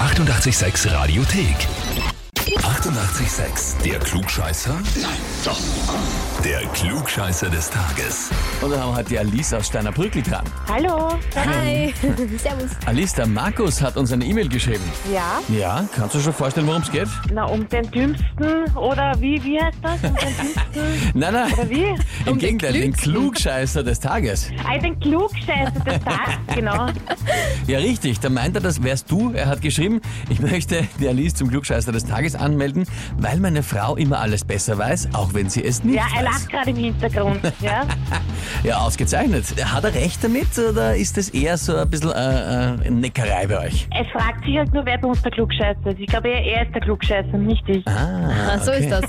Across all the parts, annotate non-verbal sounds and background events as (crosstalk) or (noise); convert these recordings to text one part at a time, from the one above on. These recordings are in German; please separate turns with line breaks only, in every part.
886 Radiothek. 88,6. Der Klugscheißer? Nein, doch. Der Klugscheißer des Tages.
Und da haben wir halt die Alice aus Steinerbrückl dran.
Hallo.
Hi. Servus.
Alice, der Markus hat uns eine E-Mail geschrieben.
Ja,
Ja, kannst du schon vorstellen, worum es geht?
na um den dümmsten oder wie, wie heißt das? Um den dümmsten
Nein, nein.
oder wie?
(laughs) Im
Um den
Gegenteil, den
Klügsten.
Klugscheißer des Tages.
Ah, den Klugscheißer des Tages, genau.
Ja, richtig. Da meint er, das wärst du. Er hat geschrieben, ich möchte die Alice zum Klugscheißer des Tages anmelden, weil meine Frau immer alles besser weiß, auch wenn sie es nicht
Ja, er
weiß.
lacht gerade im Hintergrund. Ja,
Ja, ausgezeichnet. Hat er recht damit oder ist das eher so ein bisschen äh, äh, Neckerei bei euch?
es fragt sich halt nur, wer bei uns der Klugscheißer ist. Ich glaube, er, er ist der Klugscheißer, nicht ich.
Ah,
so ist das.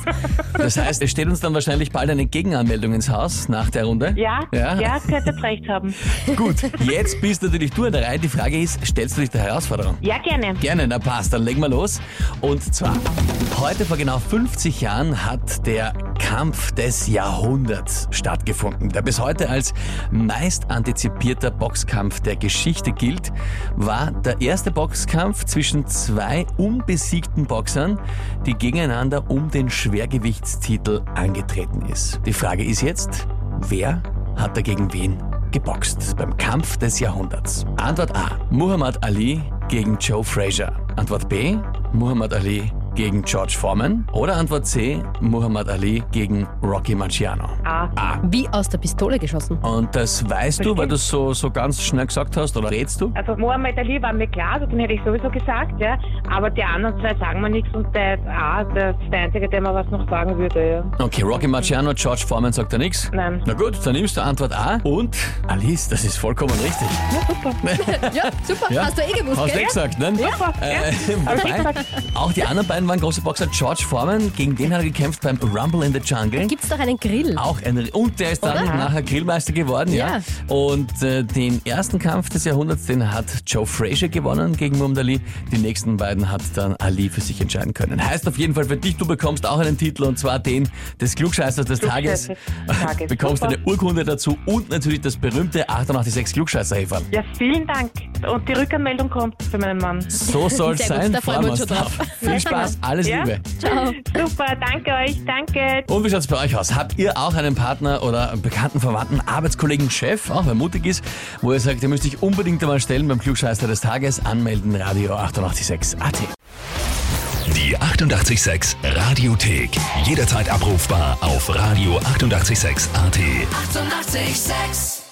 Das heißt, es steht uns dann wahrscheinlich bald eine Gegenanmeldung ins Haus nach der Runde.
Ja, ja, ja könntet recht haben.
Gut, jetzt bist natürlich du an der Reihe. Die Frage ist, stellst du dich der Herausforderung?
Ja, gerne.
Gerne, na passt, dann legen wir los. Und zwar, heute vor genau 50 Jahren hat der Kampf des Jahrhunderts stattgefunden, der bis heute als meist antizipierter Boxkampf der Geschichte gilt, war der erste Boxkampf zwischen zwei unbesiegten Boxern, die gegeneinander um den Schwergewichtstitel angetreten ist. Die Frage ist jetzt, wer hat dagegen wen geboxt beim Kampf des Jahrhunderts. Antwort A. Muhammad Ali gegen Joe Frazier. Antwort B. Muhammad Ali gegen George Foreman. Oder Antwort C. Muhammad Ali gegen Rocky Marciano.
Ah,
Wie aus der Pistole geschossen.
Und das weißt du, weil du es so, so ganz schnell gesagt hast, oder redst du?
also Mohammed Ali war mir klar, also den hätte ich sowieso gesagt, ja. Aber die anderen zwei sagen mir nichts und der A, das ist der Einzige, der mir was noch sagen würde, ja.
Okay, Rocky Marciano, George Foreman sagt da nichts.
Nein.
Na gut, dann nimmst du Antwort A und Alice, das ist vollkommen richtig.
Ja, super.
Ja.
Hast du eh gewusst,
Hast du
gell?
eh gesagt, ne?
Super,
Äh,
Hab ich
wobei, auch die anderen beiden waren große Boxer. George Foreman, gegen den hat er gekämpft beim Rumble in the Jungle.
Gibt's doch einen Grill?
Auch ein, und der ist dann
Oder?
nachher Grillmeister geworden, ja.
Ja.
Und äh, den ersten Kampf des Jahrhunderts, den hat Joe Frazier gewonnen gegen Muhammad Ali. Die nächsten beiden hat dann Ali für sich entscheiden können. Heißt auf jeden Fall für dich, du bekommst auch einen Titel und zwar den des Klugscheißers des Tages.
Klugscheißer des
(laughs)
Tages.
bekommst
Super.
eine Urkunde dazu und natürlich das berühmte 886 klugscheißer -Häferl.
Ja, vielen Dank. Und die Rückanmeldung kommt für meinen Mann.
So soll's
Sehr gut,
sein.
da freuen wir uns
uns
schon drauf.
Viel Spaß, alles
Ja?
Liebe.
Ciao.
Super, danke euch, danke.
Und wie schaut's bei euch aus? Habt ihr auch einen Partner oder einen bekannten Verwandten, Arbeitskollegen, Chef, auch wenn mutig ist, wo ihr sagt, ihr müsst dich unbedingt einmal stellen beim Klugscheißer des Tages, anmelden, Radio 886 AT.
Die 88,6 Radiothek. Jederzeit abrufbar auf radio886.at. 88,6.
Eighty-eight, sex.